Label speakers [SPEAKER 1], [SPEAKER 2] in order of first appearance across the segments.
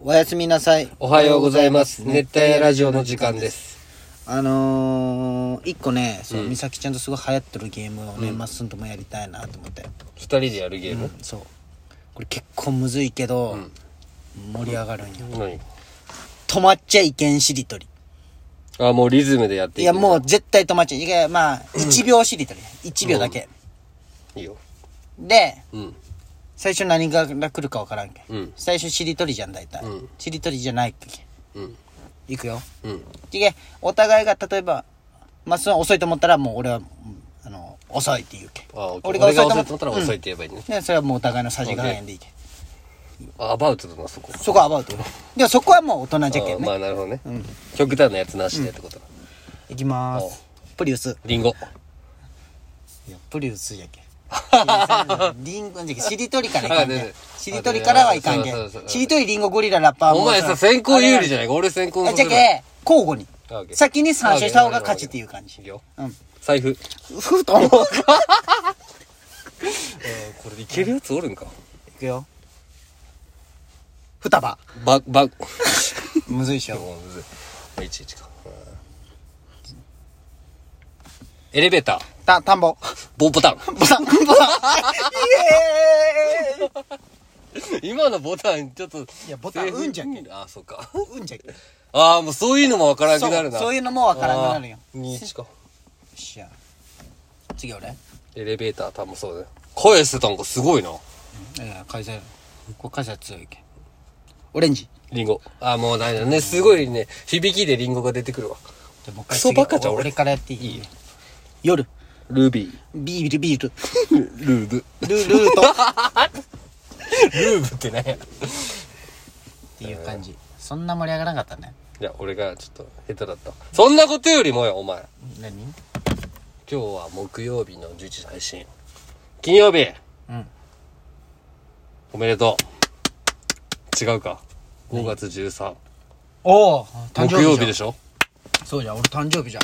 [SPEAKER 1] おやすみなさい。
[SPEAKER 2] おはようございます。熱帯夜ラジオの時間です。
[SPEAKER 1] あのー、一個ね、そうう、
[SPEAKER 2] ん
[SPEAKER 1] 美咲ちゃんとすごい流行ってるゲームをね、まっすんともやりたいなと思って。
[SPEAKER 2] 二人でやるゲーム、
[SPEAKER 1] そう。これ結構むずいけど、盛り上がるんよ。
[SPEAKER 2] 何
[SPEAKER 1] 止まっちゃいけんしりとり。
[SPEAKER 2] あ、もうリズムでやってい
[SPEAKER 1] いや、
[SPEAKER 2] く
[SPEAKER 1] もう絶対止まっちゃいけん。まあ、1秒しりとり。1秒だけ。
[SPEAKER 2] いいよ。
[SPEAKER 1] で、
[SPEAKER 2] うん。
[SPEAKER 1] 最初何が来るかわからんけ、
[SPEAKER 2] うん
[SPEAKER 1] 最初しりとりじゃん、大体。
[SPEAKER 2] うん
[SPEAKER 1] しりとりじゃないっけ。
[SPEAKER 2] うん。
[SPEAKER 1] いくよ。
[SPEAKER 2] うん。
[SPEAKER 1] ちげお互いが例えばまっすんは遅いと思ったらもう俺はうんあの遅いって言うけ
[SPEAKER 2] あ、オッケー
[SPEAKER 1] 俺が遅いと思っ
[SPEAKER 2] 俺がったら遅いって言えばいいね。
[SPEAKER 1] ねそれはもうお互いのさじ加減でいいけ
[SPEAKER 2] あアバウトだな、そこ。
[SPEAKER 1] そこはアバウトでもそこはもう大人じゃけ
[SPEAKER 2] あ
[SPEAKER 1] ん
[SPEAKER 2] ま
[SPEAKER 1] ね
[SPEAKER 2] あ、なるほどね。極端なやつなしでってことだ。
[SPEAKER 1] いきまーすプリウス
[SPEAKER 2] リンゴ。
[SPEAKER 1] いやプリウスじゃ けんリンゴじゃけんしりとりからいかんけ
[SPEAKER 2] あ
[SPEAKER 1] ん
[SPEAKER 2] ねね
[SPEAKER 1] しりとりからはいかんけ
[SPEAKER 2] そうそうそうん
[SPEAKER 1] しりとりリンゴゴリララッパー
[SPEAKER 2] お前さ、先行有利じゃないか。俺先行
[SPEAKER 1] あ
[SPEAKER 2] さ
[SPEAKER 1] じ
[SPEAKER 2] せ
[SPEAKER 1] ゃ
[SPEAKER 2] ない
[SPEAKER 1] けん交互に
[SPEAKER 2] あオッケー
[SPEAKER 1] 先に3勝した方が勝ちっていう感じ
[SPEAKER 2] いくよ。
[SPEAKER 1] うん
[SPEAKER 2] 財布。
[SPEAKER 1] ふと思う
[SPEAKER 2] これいけるやつおるんか。
[SPEAKER 1] いくよ双葉
[SPEAKER 2] ば、 ば、
[SPEAKER 1] むずいっしょ
[SPEAKER 2] もうむずい。まあいちいちか。うんエレベーター。
[SPEAKER 1] た田んぼ
[SPEAKER 2] 棒ボタン。
[SPEAKER 1] ボタン、ボタン。イエー
[SPEAKER 2] 今のボタンちょっと
[SPEAKER 1] いやボタンうんじゃんけ
[SPEAKER 2] あそっか
[SPEAKER 1] イうんじゃけ
[SPEAKER 2] ああもうそういうのもわからなくな
[SPEAKER 1] そう
[SPEAKER 2] るな
[SPEAKER 1] そういう
[SPEAKER 2] の
[SPEAKER 1] のもわからなくなるよ。よ
[SPEAKER 2] 21か
[SPEAKER 1] っしゃ。次俺え
[SPEAKER 2] エレベーター多分そうだよ声捨てたんかすごいな
[SPEAKER 1] え、会社、これ会社強いけ。オレンジ。
[SPEAKER 2] リンゴああもうダメだねすごいね響きでリンゴが出てくるわ
[SPEAKER 1] じゃあもう一
[SPEAKER 2] クソバカじゃん
[SPEAKER 1] 俺
[SPEAKER 2] 俺
[SPEAKER 1] からやっていい夜。
[SPEAKER 2] ルビー
[SPEAKER 1] ビール、ビール。
[SPEAKER 2] ルーブ
[SPEAKER 1] ル、ルート。っ
[SPEAKER 2] ルーブって何や
[SPEAKER 1] ていう感じ。そんな盛り上がらなかったね。
[SPEAKER 2] いや俺がちょっと下手だったそんなことよりもよお前
[SPEAKER 1] 何
[SPEAKER 2] 今日は木曜日の11時配信金曜日
[SPEAKER 1] うん。
[SPEAKER 2] おめでとう違うか5月13
[SPEAKER 1] おお誕生
[SPEAKER 2] 木
[SPEAKER 1] 日。
[SPEAKER 2] 曜日で
[SPEAKER 1] し
[SPEAKER 2] しょ
[SPEAKER 1] ょ。そうじゃん、俺誕生日じゃん。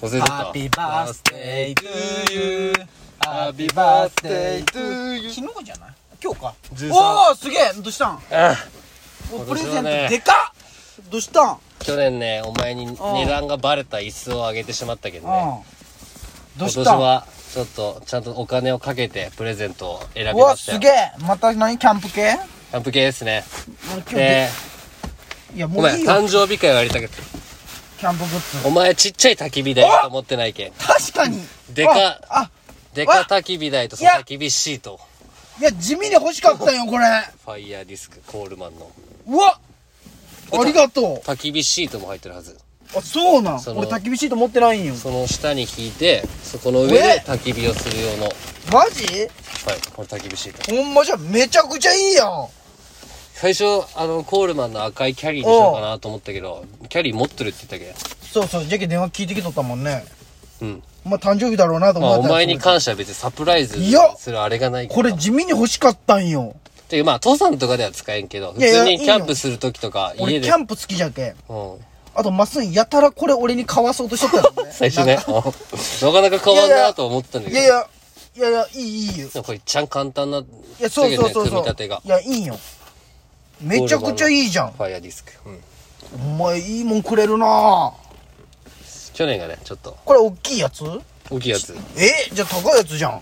[SPEAKER 2] 忘れてた
[SPEAKER 1] ハッピーバースデートゥーユー。ハッピ
[SPEAKER 2] Happy
[SPEAKER 1] ーバース
[SPEAKER 2] birthday
[SPEAKER 1] デート
[SPEAKER 2] to
[SPEAKER 1] ゥーユー。昨日じゃない今日か。
[SPEAKER 2] 13
[SPEAKER 1] おおすげえどうしたんおプレゼン
[SPEAKER 2] 今年は
[SPEAKER 1] ト
[SPEAKER 2] ね
[SPEAKER 1] でかっどうしたん、
[SPEAKER 2] 去年ねお前に値段がバレた椅子をあげてしまったけどね
[SPEAKER 1] うんど
[SPEAKER 2] 今
[SPEAKER 1] うし
[SPEAKER 2] 年
[SPEAKER 1] たん
[SPEAKER 2] はちょっとちゃんとお金をかけてプレゼントを選び
[SPEAKER 1] う
[SPEAKER 2] ま
[SPEAKER 1] わ
[SPEAKER 2] した
[SPEAKER 1] す
[SPEAKER 2] よ
[SPEAKER 1] げえまた何キャンプ系
[SPEAKER 2] キャンプ系ですね
[SPEAKER 1] 俺今日
[SPEAKER 2] で
[SPEAKER 1] でいやも
[SPEAKER 2] ご
[SPEAKER 1] う
[SPEAKER 2] め
[SPEAKER 1] いい
[SPEAKER 2] ん
[SPEAKER 1] よ
[SPEAKER 2] 誕生日会はやりたけど
[SPEAKER 1] キャンプグッズ
[SPEAKER 2] お前ちっちゃい焚き火台と思ってないけん
[SPEAKER 1] 確かに
[SPEAKER 2] でかっ
[SPEAKER 1] ああ
[SPEAKER 2] でか焚き火台とその
[SPEAKER 1] いや
[SPEAKER 2] 焚き火シート
[SPEAKER 1] いや地味で欲しかったよこれ
[SPEAKER 2] ファイヤーディスクコールマンの
[SPEAKER 1] うわありがと
[SPEAKER 2] 焚き火シートも入ってるはず
[SPEAKER 1] うあそうなん
[SPEAKER 2] その
[SPEAKER 1] 俺焚き火シート持ってないんよ
[SPEAKER 2] その下に引いてそこの上で
[SPEAKER 1] え
[SPEAKER 2] 焚き火をする用のはい
[SPEAKER 1] マジ
[SPEAKER 2] これ焚き火シート
[SPEAKER 1] ほんまじゃめちゃくちゃいいやん
[SPEAKER 2] 最初あのコールマンの赤いキャリーにしようかなと思ったけどキャリー持ってるって言ったっ
[SPEAKER 1] そうそうじゃけ電話聞いてきとったもんね
[SPEAKER 2] けうん
[SPEAKER 1] まあ誕生日だろうなと
[SPEAKER 2] ま
[SPEAKER 1] 思
[SPEAKER 2] あ
[SPEAKER 1] っ
[SPEAKER 2] お
[SPEAKER 1] たら
[SPEAKER 2] 前に関しては別にサプライズ
[SPEAKER 1] いや
[SPEAKER 2] するあれがないから
[SPEAKER 1] これ地味に欲しかったんよ
[SPEAKER 2] ていうまあ登山とかでは使えんけど普
[SPEAKER 1] いやいや
[SPEAKER 2] 通にキャンプする時とか家
[SPEAKER 1] 俺
[SPEAKER 2] で
[SPEAKER 1] キャンプ好きじゃけん
[SPEAKER 2] うん
[SPEAKER 1] あとまっすんやたらこれ俺に買わそうとしとったよね
[SPEAKER 2] 最初ねなかなか変わんなと思ったんだけ
[SPEAKER 1] い
[SPEAKER 2] ど
[SPEAKER 1] やいやいやいやいいいいよ
[SPEAKER 2] でもこれいっちゃん簡単ない
[SPEAKER 1] やそうそうそう
[SPEAKER 2] 組み
[SPEAKER 1] そう
[SPEAKER 2] 立てが
[SPEAKER 1] いやいいよめちゃくちゃいいじゃん
[SPEAKER 2] ファイアディスク、うん
[SPEAKER 1] お前いいもんくれるな
[SPEAKER 2] 去年がねちょっと
[SPEAKER 1] これ大きいやつ
[SPEAKER 2] 大きいやつ
[SPEAKER 1] えじゃあ高いやつじゃん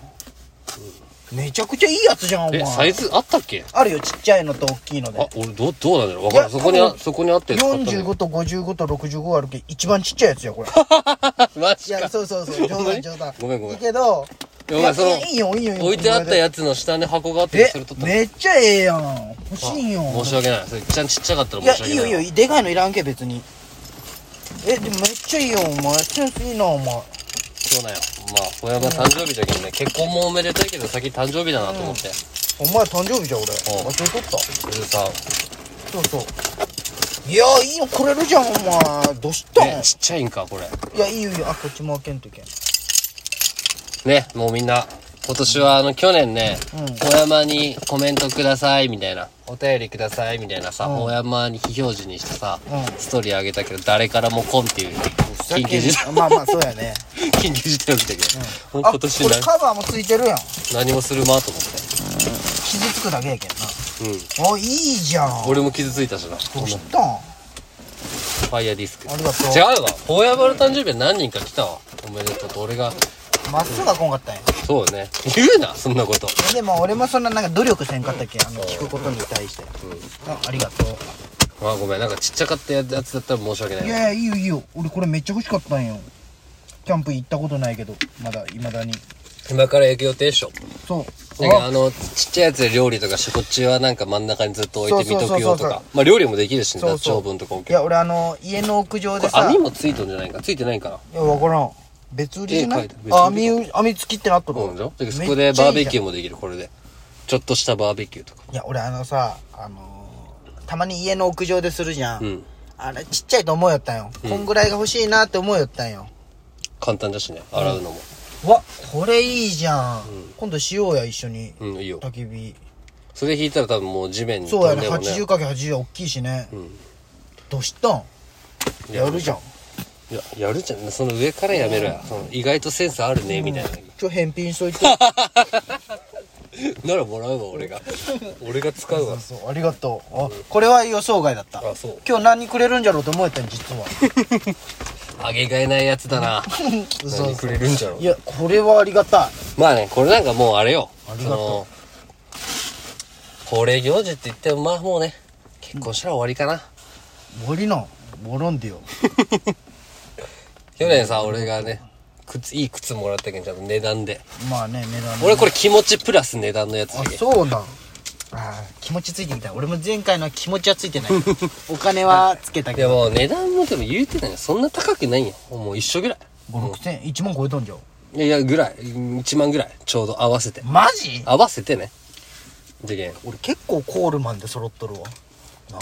[SPEAKER 1] めちゃくちゃいいやつじゃんお
[SPEAKER 2] えサ
[SPEAKER 1] 前
[SPEAKER 2] イズあったっけ
[SPEAKER 1] あるよちっちゃいのと大きいの
[SPEAKER 2] あ
[SPEAKER 1] で
[SPEAKER 2] 俺どうどうなんだろう分からん
[SPEAKER 1] い
[SPEAKER 2] そ
[SPEAKER 1] や
[SPEAKER 2] こに
[SPEAKER 1] 多
[SPEAKER 2] あ
[SPEAKER 1] 分
[SPEAKER 2] そこにあったやつ買ったんだけど
[SPEAKER 1] 45と55と65あるけど一番ちっちゃいやつやこれ
[SPEAKER 2] マ
[SPEAKER 1] い
[SPEAKER 2] ジ
[SPEAKER 1] や
[SPEAKER 2] か
[SPEAKER 1] そうそうそう冗
[SPEAKER 2] ほんま
[SPEAKER 1] 談
[SPEAKER 2] に
[SPEAKER 1] 冗談
[SPEAKER 2] ごめんごめん
[SPEAKER 1] いいけど
[SPEAKER 2] いやお前その
[SPEAKER 1] いいよいいよいいよ
[SPEAKER 2] 置いてあったやつの下に箱があったり
[SPEAKER 1] え
[SPEAKER 2] するとった
[SPEAKER 1] めっちゃええやん欲しいんよ
[SPEAKER 2] 申し訳ないそれちゃんちっちゃかったら
[SPEAKER 1] いや
[SPEAKER 2] 申し
[SPEAKER 1] い
[SPEAKER 2] 訳
[SPEAKER 1] い
[SPEAKER 2] な
[SPEAKER 1] よ
[SPEAKER 2] い
[SPEAKER 1] いいよでかいのいらんけ別にえでもめっちゃいいよお前センスいいなお前
[SPEAKER 2] そうだよまあ小山誕生日だけどね結婚もおめでたいけど先誕生日だなと思って、
[SPEAKER 1] お前誕生日じゃん俺
[SPEAKER 2] うん
[SPEAKER 1] 忘れとった
[SPEAKER 2] 13
[SPEAKER 1] そうそういやいいのくれるじゃんお前どうしたん
[SPEAKER 2] ねちっちゃいんかこれ
[SPEAKER 1] いやいいよいいよあこっちも開けんといけん
[SPEAKER 2] ねもうみんな今年はあの去年ね、
[SPEAKER 1] うん
[SPEAKER 2] 小山にコメントくださいみたいなお便りくださいみたいなさ、
[SPEAKER 1] うん
[SPEAKER 2] 小山に非表示にしてさ、
[SPEAKER 1] うん
[SPEAKER 2] ストーリーあげたけど誰からもコンっていう緊急事態
[SPEAKER 1] まあまあそうやね
[SPEAKER 2] 緊急事態起きたけど、もう
[SPEAKER 1] あ
[SPEAKER 2] 今年
[SPEAKER 1] これカバーもついてるやん
[SPEAKER 2] 何何もするまと思って
[SPEAKER 1] 傷つくだけやけんなおいいじゃん
[SPEAKER 2] 俺も傷ついたしな。こ
[SPEAKER 1] ど
[SPEAKER 2] の
[SPEAKER 1] うし
[SPEAKER 2] フ
[SPEAKER 1] たん
[SPEAKER 2] ァイヤーディスク。
[SPEAKER 1] ありがとう
[SPEAKER 2] 違うわ。ホーヤーバル誕生日は何人か来たわ。おめでとうと。俺が。
[SPEAKER 1] まっすぐは来んかったんや
[SPEAKER 2] そうね。言うな、そんなこと。
[SPEAKER 1] でも俺もそんななんか努力せんかったっけあの聞くことに対して、あありがとう
[SPEAKER 2] まあごめん。なんかちっちゃかったやつだったら申し訳ない
[SPEAKER 1] い
[SPEAKER 2] わ。
[SPEAKER 1] やいやいいよいいよ俺これめっちゃ欲しかったんよキャンプ行ったことないけどまだいまだに
[SPEAKER 2] 今から焼く予定でしょ。
[SPEAKER 1] そう
[SPEAKER 2] なんかあ
[SPEAKER 1] あ
[SPEAKER 2] の、ちっちゃいやつで料理とかし、こっちはなんか真ん中にずっと置いて見とく
[SPEAKER 1] そ
[SPEAKER 2] よ
[SPEAKER 1] うそうそう
[SPEAKER 2] と
[SPEAKER 1] そうそう
[SPEAKER 2] か。まあ料理もできるしね、
[SPEAKER 1] そう
[SPEAKER 2] ダ
[SPEAKER 1] そう
[SPEAKER 2] 長文とか置
[SPEAKER 1] い
[SPEAKER 2] けば
[SPEAKER 1] や俺あの家の屋上
[SPEAKER 2] こ
[SPEAKER 1] で
[SPEAKER 2] れ
[SPEAKER 1] さ
[SPEAKER 2] 網もついとんじゃないんかついてないんか
[SPEAKER 1] いや分からん別売りじゃな
[SPEAKER 2] 絵描
[SPEAKER 1] い
[SPEAKER 2] いた別売りか
[SPEAKER 1] あ網う網付きってなっと
[SPEAKER 2] な
[SPEAKER 1] る
[SPEAKER 2] そうなんじゃだけどそこでバーベキュー
[SPEAKER 1] ー
[SPEAKER 2] もできる、これで。ちょっとしたバーベキューとか。
[SPEAKER 1] いや俺あのさあのーたまに家の屋上でするじゃん、
[SPEAKER 2] うん
[SPEAKER 1] あれちっちゃいと思うよったんよ、こんぐらいが欲しいなって思うよったんよ
[SPEAKER 2] 簡単だしね、洗うのも。
[SPEAKER 1] わこれいいじゃん、今度しようや一緒に、
[SPEAKER 2] うん、いいよ。
[SPEAKER 1] 焚き火
[SPEAKER 2] それ引いたら多分もう地面に
[SPEAKER 1] そうやね
[SPEAKER 2] 飛んでも
[SPEAKER 1] 80×80 大きいしね、
[SPEAKER 2] ん
[SPEAKER 1] どうしたん
[SPEAKER 2] いや
[SPEAKER 1] やるじゃん
[SPEAKER 2] いや、やるじゃん。その上からやめろや。その意外とセンスあるね、みたいな。
[SPEAKER 1] ちょ返品しといて
[SPEAKER 2] ならもらうわ、俺が。俺が使う
[SPEAKER 1] そ
[SPEAKER 2] わ
[SPEAKER 1] う。そうありがとうあこれは予想外だった
[SPEAKER 2] あそう
[SPEAKER 1] 今日何くれるんじゃろうと思えたん実は
[SPEAKER 2] あげがえないやつだな。
[SPEAKER 1] 嘘
[SPEAKER 2] 何くれるんじゃろう
[SPEAKER 1] いやこれはありがたい
[SPEAKER 2] まあね、これなんかもうあれよ。
[SPEAKER 1] ありがと
[SPEAKER 2] その恒例行事って言っても、まあもうね、結婚したら終わりかな。
[SPEAKER 1] 終わりなん終わらんでよ
[SPEAKER 2] 去年さ、俺がね、靴、いい靴もらったけん、ちゃんと値段で。
[SPEAKER 1] まあね値段ね
[SPEAKER 2] 俺これ気持ちプラス値段のやつだ
[SPEAKER 1] あ
[SPEAKER 2] けん。
[SPEAKER 1] そうなんあー気持ちついてきた俺も前回のは気持ちはついてない お金はつけた
[SPEAKER 2] い
[SPEAKER 1] け
[SPEAKER 2] や
[SPEAKER 1] ど
[SPEAKER 2] もう値段もでも言うてないよ。そんな高くないよ。もう一緒ぐらい。
[SPEAKER 1] 56000 1万超えたんじゃん
[SPEAKER 2] いやいや、ぐらい。1万ぐらい。ちょうど合わせて。
[SPEAKER 1] マジ
[SPEAKER 2] 合わせてね。じゃけん。
[SPEAKER 1] 俺結構コールマンで揃っとるわ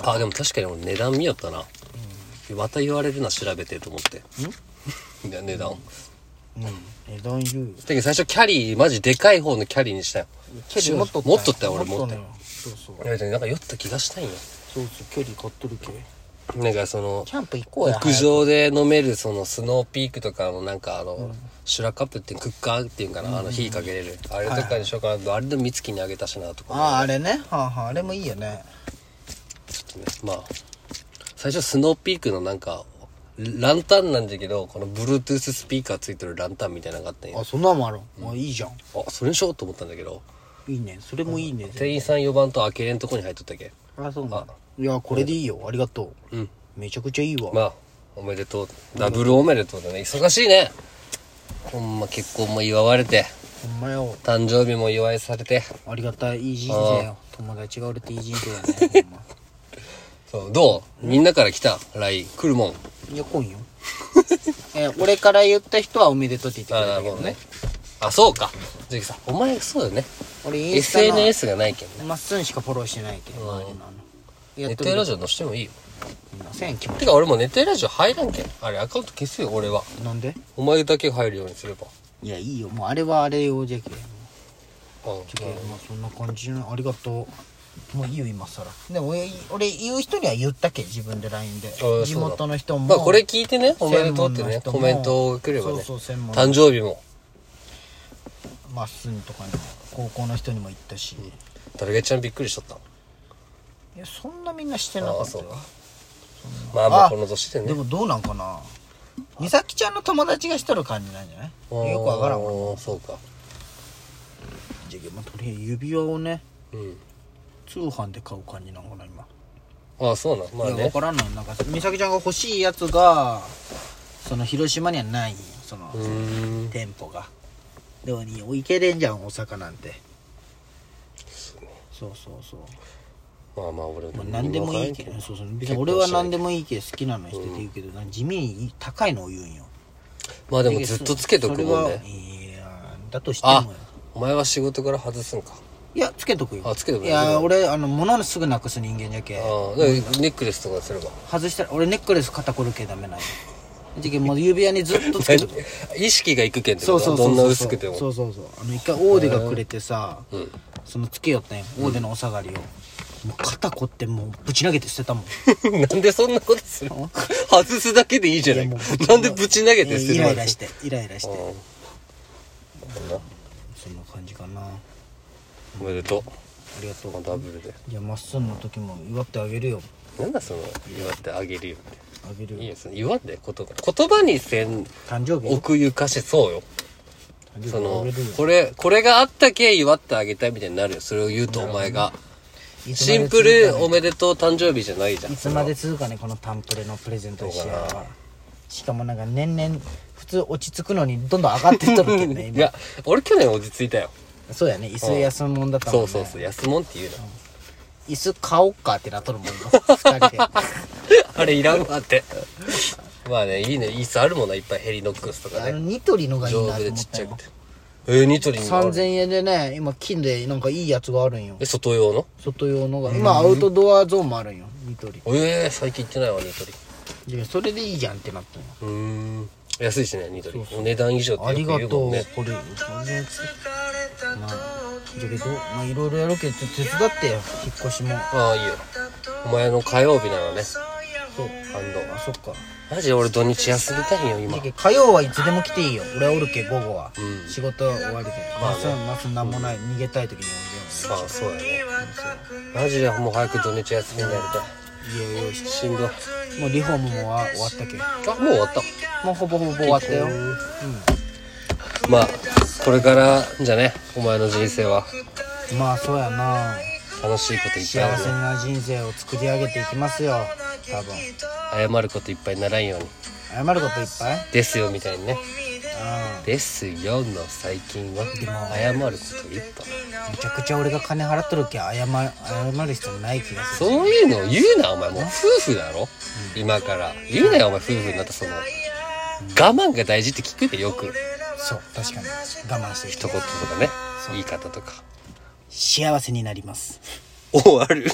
[SPEAKER 2] あ、でも確かに俺値段見よったな。また言われるな、調べてと思って。 いや、値段。
[SPEAKER 1] うん値段言うよ
[SPEAKER 2] だけど最初キャリー、マジでかい方のキャリーにしたよ。
[SPEAKER 1] ケリー持っとった
[SPEAKER 2] 持っとったよ、俺持っ
[SPEAKER 1] と
[SPEAKER 2] て
[SPEAKER 1] ん。よそうそう
[SPEAKER 2] いや、でもなんか酔った気がしたんよ。
[SPEAKER 1] そうそうケリー買っとるけ
[SPEAKER 2] なんかその
[SPEAKER 1] キ、ャンプ行こうや
[SPEAKER 2] 屋上で飲めるそのスノーピークとかのなんかあの、シュラカップっていうクッカーっていうんかな、あの火かけれる。あれとかにしようかなと、あれでも美月にあげたしなとか。
[SPEAKER 1] ああーあれねはあはああれもいいよね
[SPEAKER 2] ねまあ最初スノーピークのなんかランタンなんだけどこの Bluetooth スピーカーついてるランタンみたいなのがあったんよ
[SPEAKER 1] あそんなんもあるあいいじゃん
[SPEAKER 2] あそれにしようと思ったんだけど
[SPEAKER 1] いいねそれもいいね
[SPEAKER 2] 店員さん4番と開けれんとこに入っとったけ
[SPEAKER 1] あそうなんだいやこれでいいよありがとう
[SPEAKER 2] うん
[SPEAKER 1] めちゃくちゃいいわ
[SPEAKER 2] まあおめでとうダブルおめでとうだね忙しいねほんま結婚も祝われて
[SPEAKER 1] ほんまよ
[SPEAKER 2] 誕生日も祝いされて
[SPEAKER 1] ありがたいいい人生よ友達がおれていい人生だねほんま
[SPEAKER 2] そうどうみんなから来た LINE 来るもん
[SPEAKER 1] いや来 んよえ俺から言った人はおめでとうって言ってく
[SPEAKER 2] あ
[SPEAKER 1] れ
[SPEAKER 2] な
[SPEAKER 1] た
[SPEAKER 2] る
[SPEAKER 1] けど
[SPEAKER 2] ほどね
[SPEAKER 1] ね
[SPEAKER 2] あそうかじゃあさお前そうだよね
[SPEAKER 1] 俺インスタの
[SPEAKER 2] SNS がないけんね
[SPEAKER 1] まっすんしかフォローしてないけど周りのあのや
[SPEAKER 2] ネ
[SPEAKER 1] っ
[SPEAKER 2] ッ
[SPEAKER 1] て
[SPEAKER 2] ト
[SPEAKER 1] る
[SPEAKER 2] ラジオ載してもいいよ
[SPEAKER 1] せん気持
[SPEAKER 2] て
[SPEAKER 1] ち
[SPEAKER 2] か俺もう寝てるラジオ入らんけんあれアカウント消すよ俺は
[SPEAKER 1] なんで
[SPEAKER 2] お前だけ入るようにすれば
[SPEAKER 1] いやいいよもうあれはあれよじゃけ
[SPEAKER 2] うん
[SPEAKER 1] じゃけまあそんな感じのありがとうもういいよ今更でも俺俺言う人には言ったけ自分で LINE で
[SPEAKER 2] そうだ
[SPEAKER 1] 地元の人も
[SPEAKER 2] まあこれ聞いてねおめでとうって
[SPEAKER 1] 専門の
[SPEAKER 2] ね
[SPEAKER 1] 人も
[SPEAKER 2] コメントをくればね
[SPEAKER 1] そうそう専門
[SPEAKER 2] 誕生日も
[SPEAKER 1] まっすんとかにも高校の人にも言ったし、い
[SPEAKER 2] ダルゲちゃんびっくりしちゃった
[SPEAKER 1] やそんなみんなしてなか
[SPEAKER 2] ああ
[SPEAKER 1] った
[SPEAKER 2] そう
[SPEAKER 1] よ
[SPEAKER 2] かまあま
[SPEAKER 1] あ
[SPEAKER 2] あこの年で
[SPEAKER 1] で
[SPEAKER 2] ね
[SPEAKER 1] もどうなんかな美咲ちゃんの友達がしとる感じなんじゃないよくわからんわ
[SPEAKER 2] おーそうか
[SPEAKER 1] じゃけまあとりあえず指輪をね
[SPEAKER 2] うん
[SPEAKER 1] 通販で買う感じなのかな今
[SPEAKER 2] ああそうなんまあ
[SPEAKER 1] いやわ
[SPEAKER 2] ね
[SPEAKER 1] からんのよなんか美咲ちゃんが欲しいやつがその広島にはないんよその
[SPEAKER 2] うーん
[SPEAKER 1] 店舗がでもに行けれんじゃん大阪なんてそうそうそう
[SPEAKER 2] まあまあ俺
[SPEAKER 1] まあ何でもいいけど
[SPEAKER 2] 今わからん
[SPEAKER 1] そうそう別に俺は何でもいいけど好きなのにしてて言うけど、なんか地味に高いのを言うんよ
[SPEAKER 2] まあでもずっとつけとくもん
[SPEAKER 1] それは
[SPEAKER 2] ね
[SPEAKER 1] いやだとしても
[SPEAKER 2] あ
[SPEAKER 1] よ
[SPEAKER 2] お前は仕事から外すんか
[SPEAKER 1] いやつけとくよ
[SPEAKER 2] あつけとく
[SPEAKER 1] い
[SPEAKER 2] ね
[SPEAKER 1] や俺あの物すぐなくす人間じゃけ
[SPEAKER 2] ああだからネックレスとかすれば
[SPEAKER 1] 外したら俺ネックレス肩こるけダメなんよじゃけもう指輪にずっとつ けとく
[SPEAKER 2] 意識がいくけんって
[SPEAKER 1] そ
[SPEAKER 2] こ
[SPEAKER 1] うそ
[SPEAKER 2] と
[SPEAKER 1] うそうそ
[SPEAKER 2] ど
[SPEAKER 1] うん
[SPEAKER 2] な薄くても
[SPEAKER 1] そうそうそうあの一回オーデがくれてさ、そのつけよったんよオーデのお下がりを、もう肩こってもうぶち投げて捨てたもん
[SPEAKER 2] なんでそんなことするの外すだけでいいじゃないか。なんでぶち投げて捨て
[SPEAKER 1] イ
[SPEAKER 2] る
[SPEAKER 1] ラ
[SPEAKER 2] ま
[SPEAKER 1] イラ
[SPEAKER 2] で
[SPEAKER 1] してイライラして
[SPEAKER 2] うん
[SPEAKER 1] そんな感じかな
[SPEAKER 2] おめでとう。
[SPEAKER 1] ありがとう
[SPEAKER 2] もうダブルで
[SPEAKER 1] じゃあまっすんの時も祝ってあげるよ
[SPEAKER 2] なんだその祝ってあげるよって
[SPEAKER 1] あげる
[SPEAKER 2] いい
[SPEAKER 1] よ
[SPEAKER 2] よその祝って言葉言葉にせん
[SPEAKER 1] 誕生日
[SPEAKER 2] 奥ゆかしそうよ
[SPEAKER 1] 誕生日
[SPEAKER 2] そ
[SPEAKER 1] あ
[SPEAKER 2] の
[SPEAKER 1] げるよ
[SPEAKER 2] これこれがあったけ祝ってあげたいみたいになるよそれを言うとお前が
[SPEAKER 1] いつま
[SPEAKER 2] シ
[SPEAKER 1] で
[SPEAKER 2] ンプルおめでとう誕生日じゃないじゃん
[SPEAKER 1] いつまで続くかねこのタンプレのプレゼント試合はしかもなんか年々普通落ち着くのにどんどん上がってっとるけどね
[SPEAKER 2] いや俺去年落ち着いたよ
[SPEAKER 1] そうやね椅子休むもんだったもん
[SPEAKER 2] そ
[SPEAKER 1] ね
[SPEAKER 2] うそうそう安もんって言うな
[SPEAKER 1] 椅子買おっかってなっとるもん2 人で
[SPEAKER 2] あれいらんわってまあねいいね椅子あるもんないっぱいヘリノックスとか
[SPEAKER 1] あの
[SPEAKER 2] ね
[SPEAKER 1] ニトリのがいい
[SPEAKER 2] 丈
[SPEAKER 1] な
[SPEAKER 2] 夫
[SPEAKER 1] と
[SPEAKER 2] で
[SPEAKER 1] 思
[SPEAKER 2] ち
[SPEAKER 1] っ
[SPEAKER 2] っち
[SPEAKER 1] た
[SPEAKER 2] ゃ
[SPEAKER 1] よ
[SPEAKER 2] くてえー、ニトリにもある
[SPEAKER 1] 3000円でね今金でなんかいいやつがあるんよ
[SPEAKER 2] え外用の
[SPEAKER 1] 外用のが今アウトドアゾーンもあるんよニトリ
[SPEAKER 2] ええー、最近行ってないわニトリ
[SPEAKER 1] でそれでいいじゃんってなったんよ
[SPEAKER 2] うーん安いしねニトリお値段以上って
[SPEAKER 1] あり
[SPEAKER 2] よく
[SPEAKER 1] が
[SPEAKER 2] 言う
[SPEAKER 1] と
[SPEAKER 2] も
[SPEAKER 1] うん
[SPEAKER 2] ね
[SPEAKER 1] これ全然つまあだけどまあいろいろやるけどちょっと手伝ってよ引っ越しも
[SPEAKER 2] ああいいよお前の火曜日ならね
[SPEAKER 1] そう
[SPEAKER 2] 感動
[SPEAKER 1] あそっか
[SPEAKER 2] マジ俺土日休みたいんよ今
[SPEAKER 1] じゃけ火曜はいつでも来ていいよ俺はおるけ午後は、
[SPEAKER 2] うん
[SPEAKER 1] 仕事終わりでまあそんなそんなんもない、逃げたい時に
[SPEAKER 2] まあそうやねマジでもう早く土日休みになり
[SPEAKER 1] 俺は家を用意した
[SPEAKER 2] いしんどい
[SPEAKER 1] てもうリフォームもは終わったけも
[SPEAKER 2] あもう終わった
[SPEAKER 1] うほぼほぼ終わったよ
[SPEAKER 2] まあこれからじゃねお前の人生は
[SPEAKER 1] まあそうやな
[SPEAKER 2] 楽しいこといっぱい
[SPEAKER 1] 幸
[SPEAKER 2] あ
[SPEAKER 1] せ
[SPEAKER 2] るね
[SPEAKER 1] な人生を作り上げていきますよ多分
[SPEAKER 2] 謝ることいっぱいならんように
[SPEAKER 1] 謝ることいっぱい
[SPEAKER 2] ですよみたいにね
[SPEAKER 1] う
[SPEAKER 2] ですよの最近は謝ることいっぱい
[SPEAKER 1] んめちゃくちゃ俺が金払っとるけ謝謝る必要ない気がする
[SPEAKER 2] そういうのを言うなお前もう夫婦だろ今から言うなよお前夫婦になったその我慢が大事って聞くでよく
[SPEAKER 1] そう確かに我慢してき
[SPEAKER 2] 一
[SPEAKER 1] た
[SPEAKER 2] 言とかね言い方とか
[SPEAKER 1] 幸せになります
[SPEAKER 2] 終わる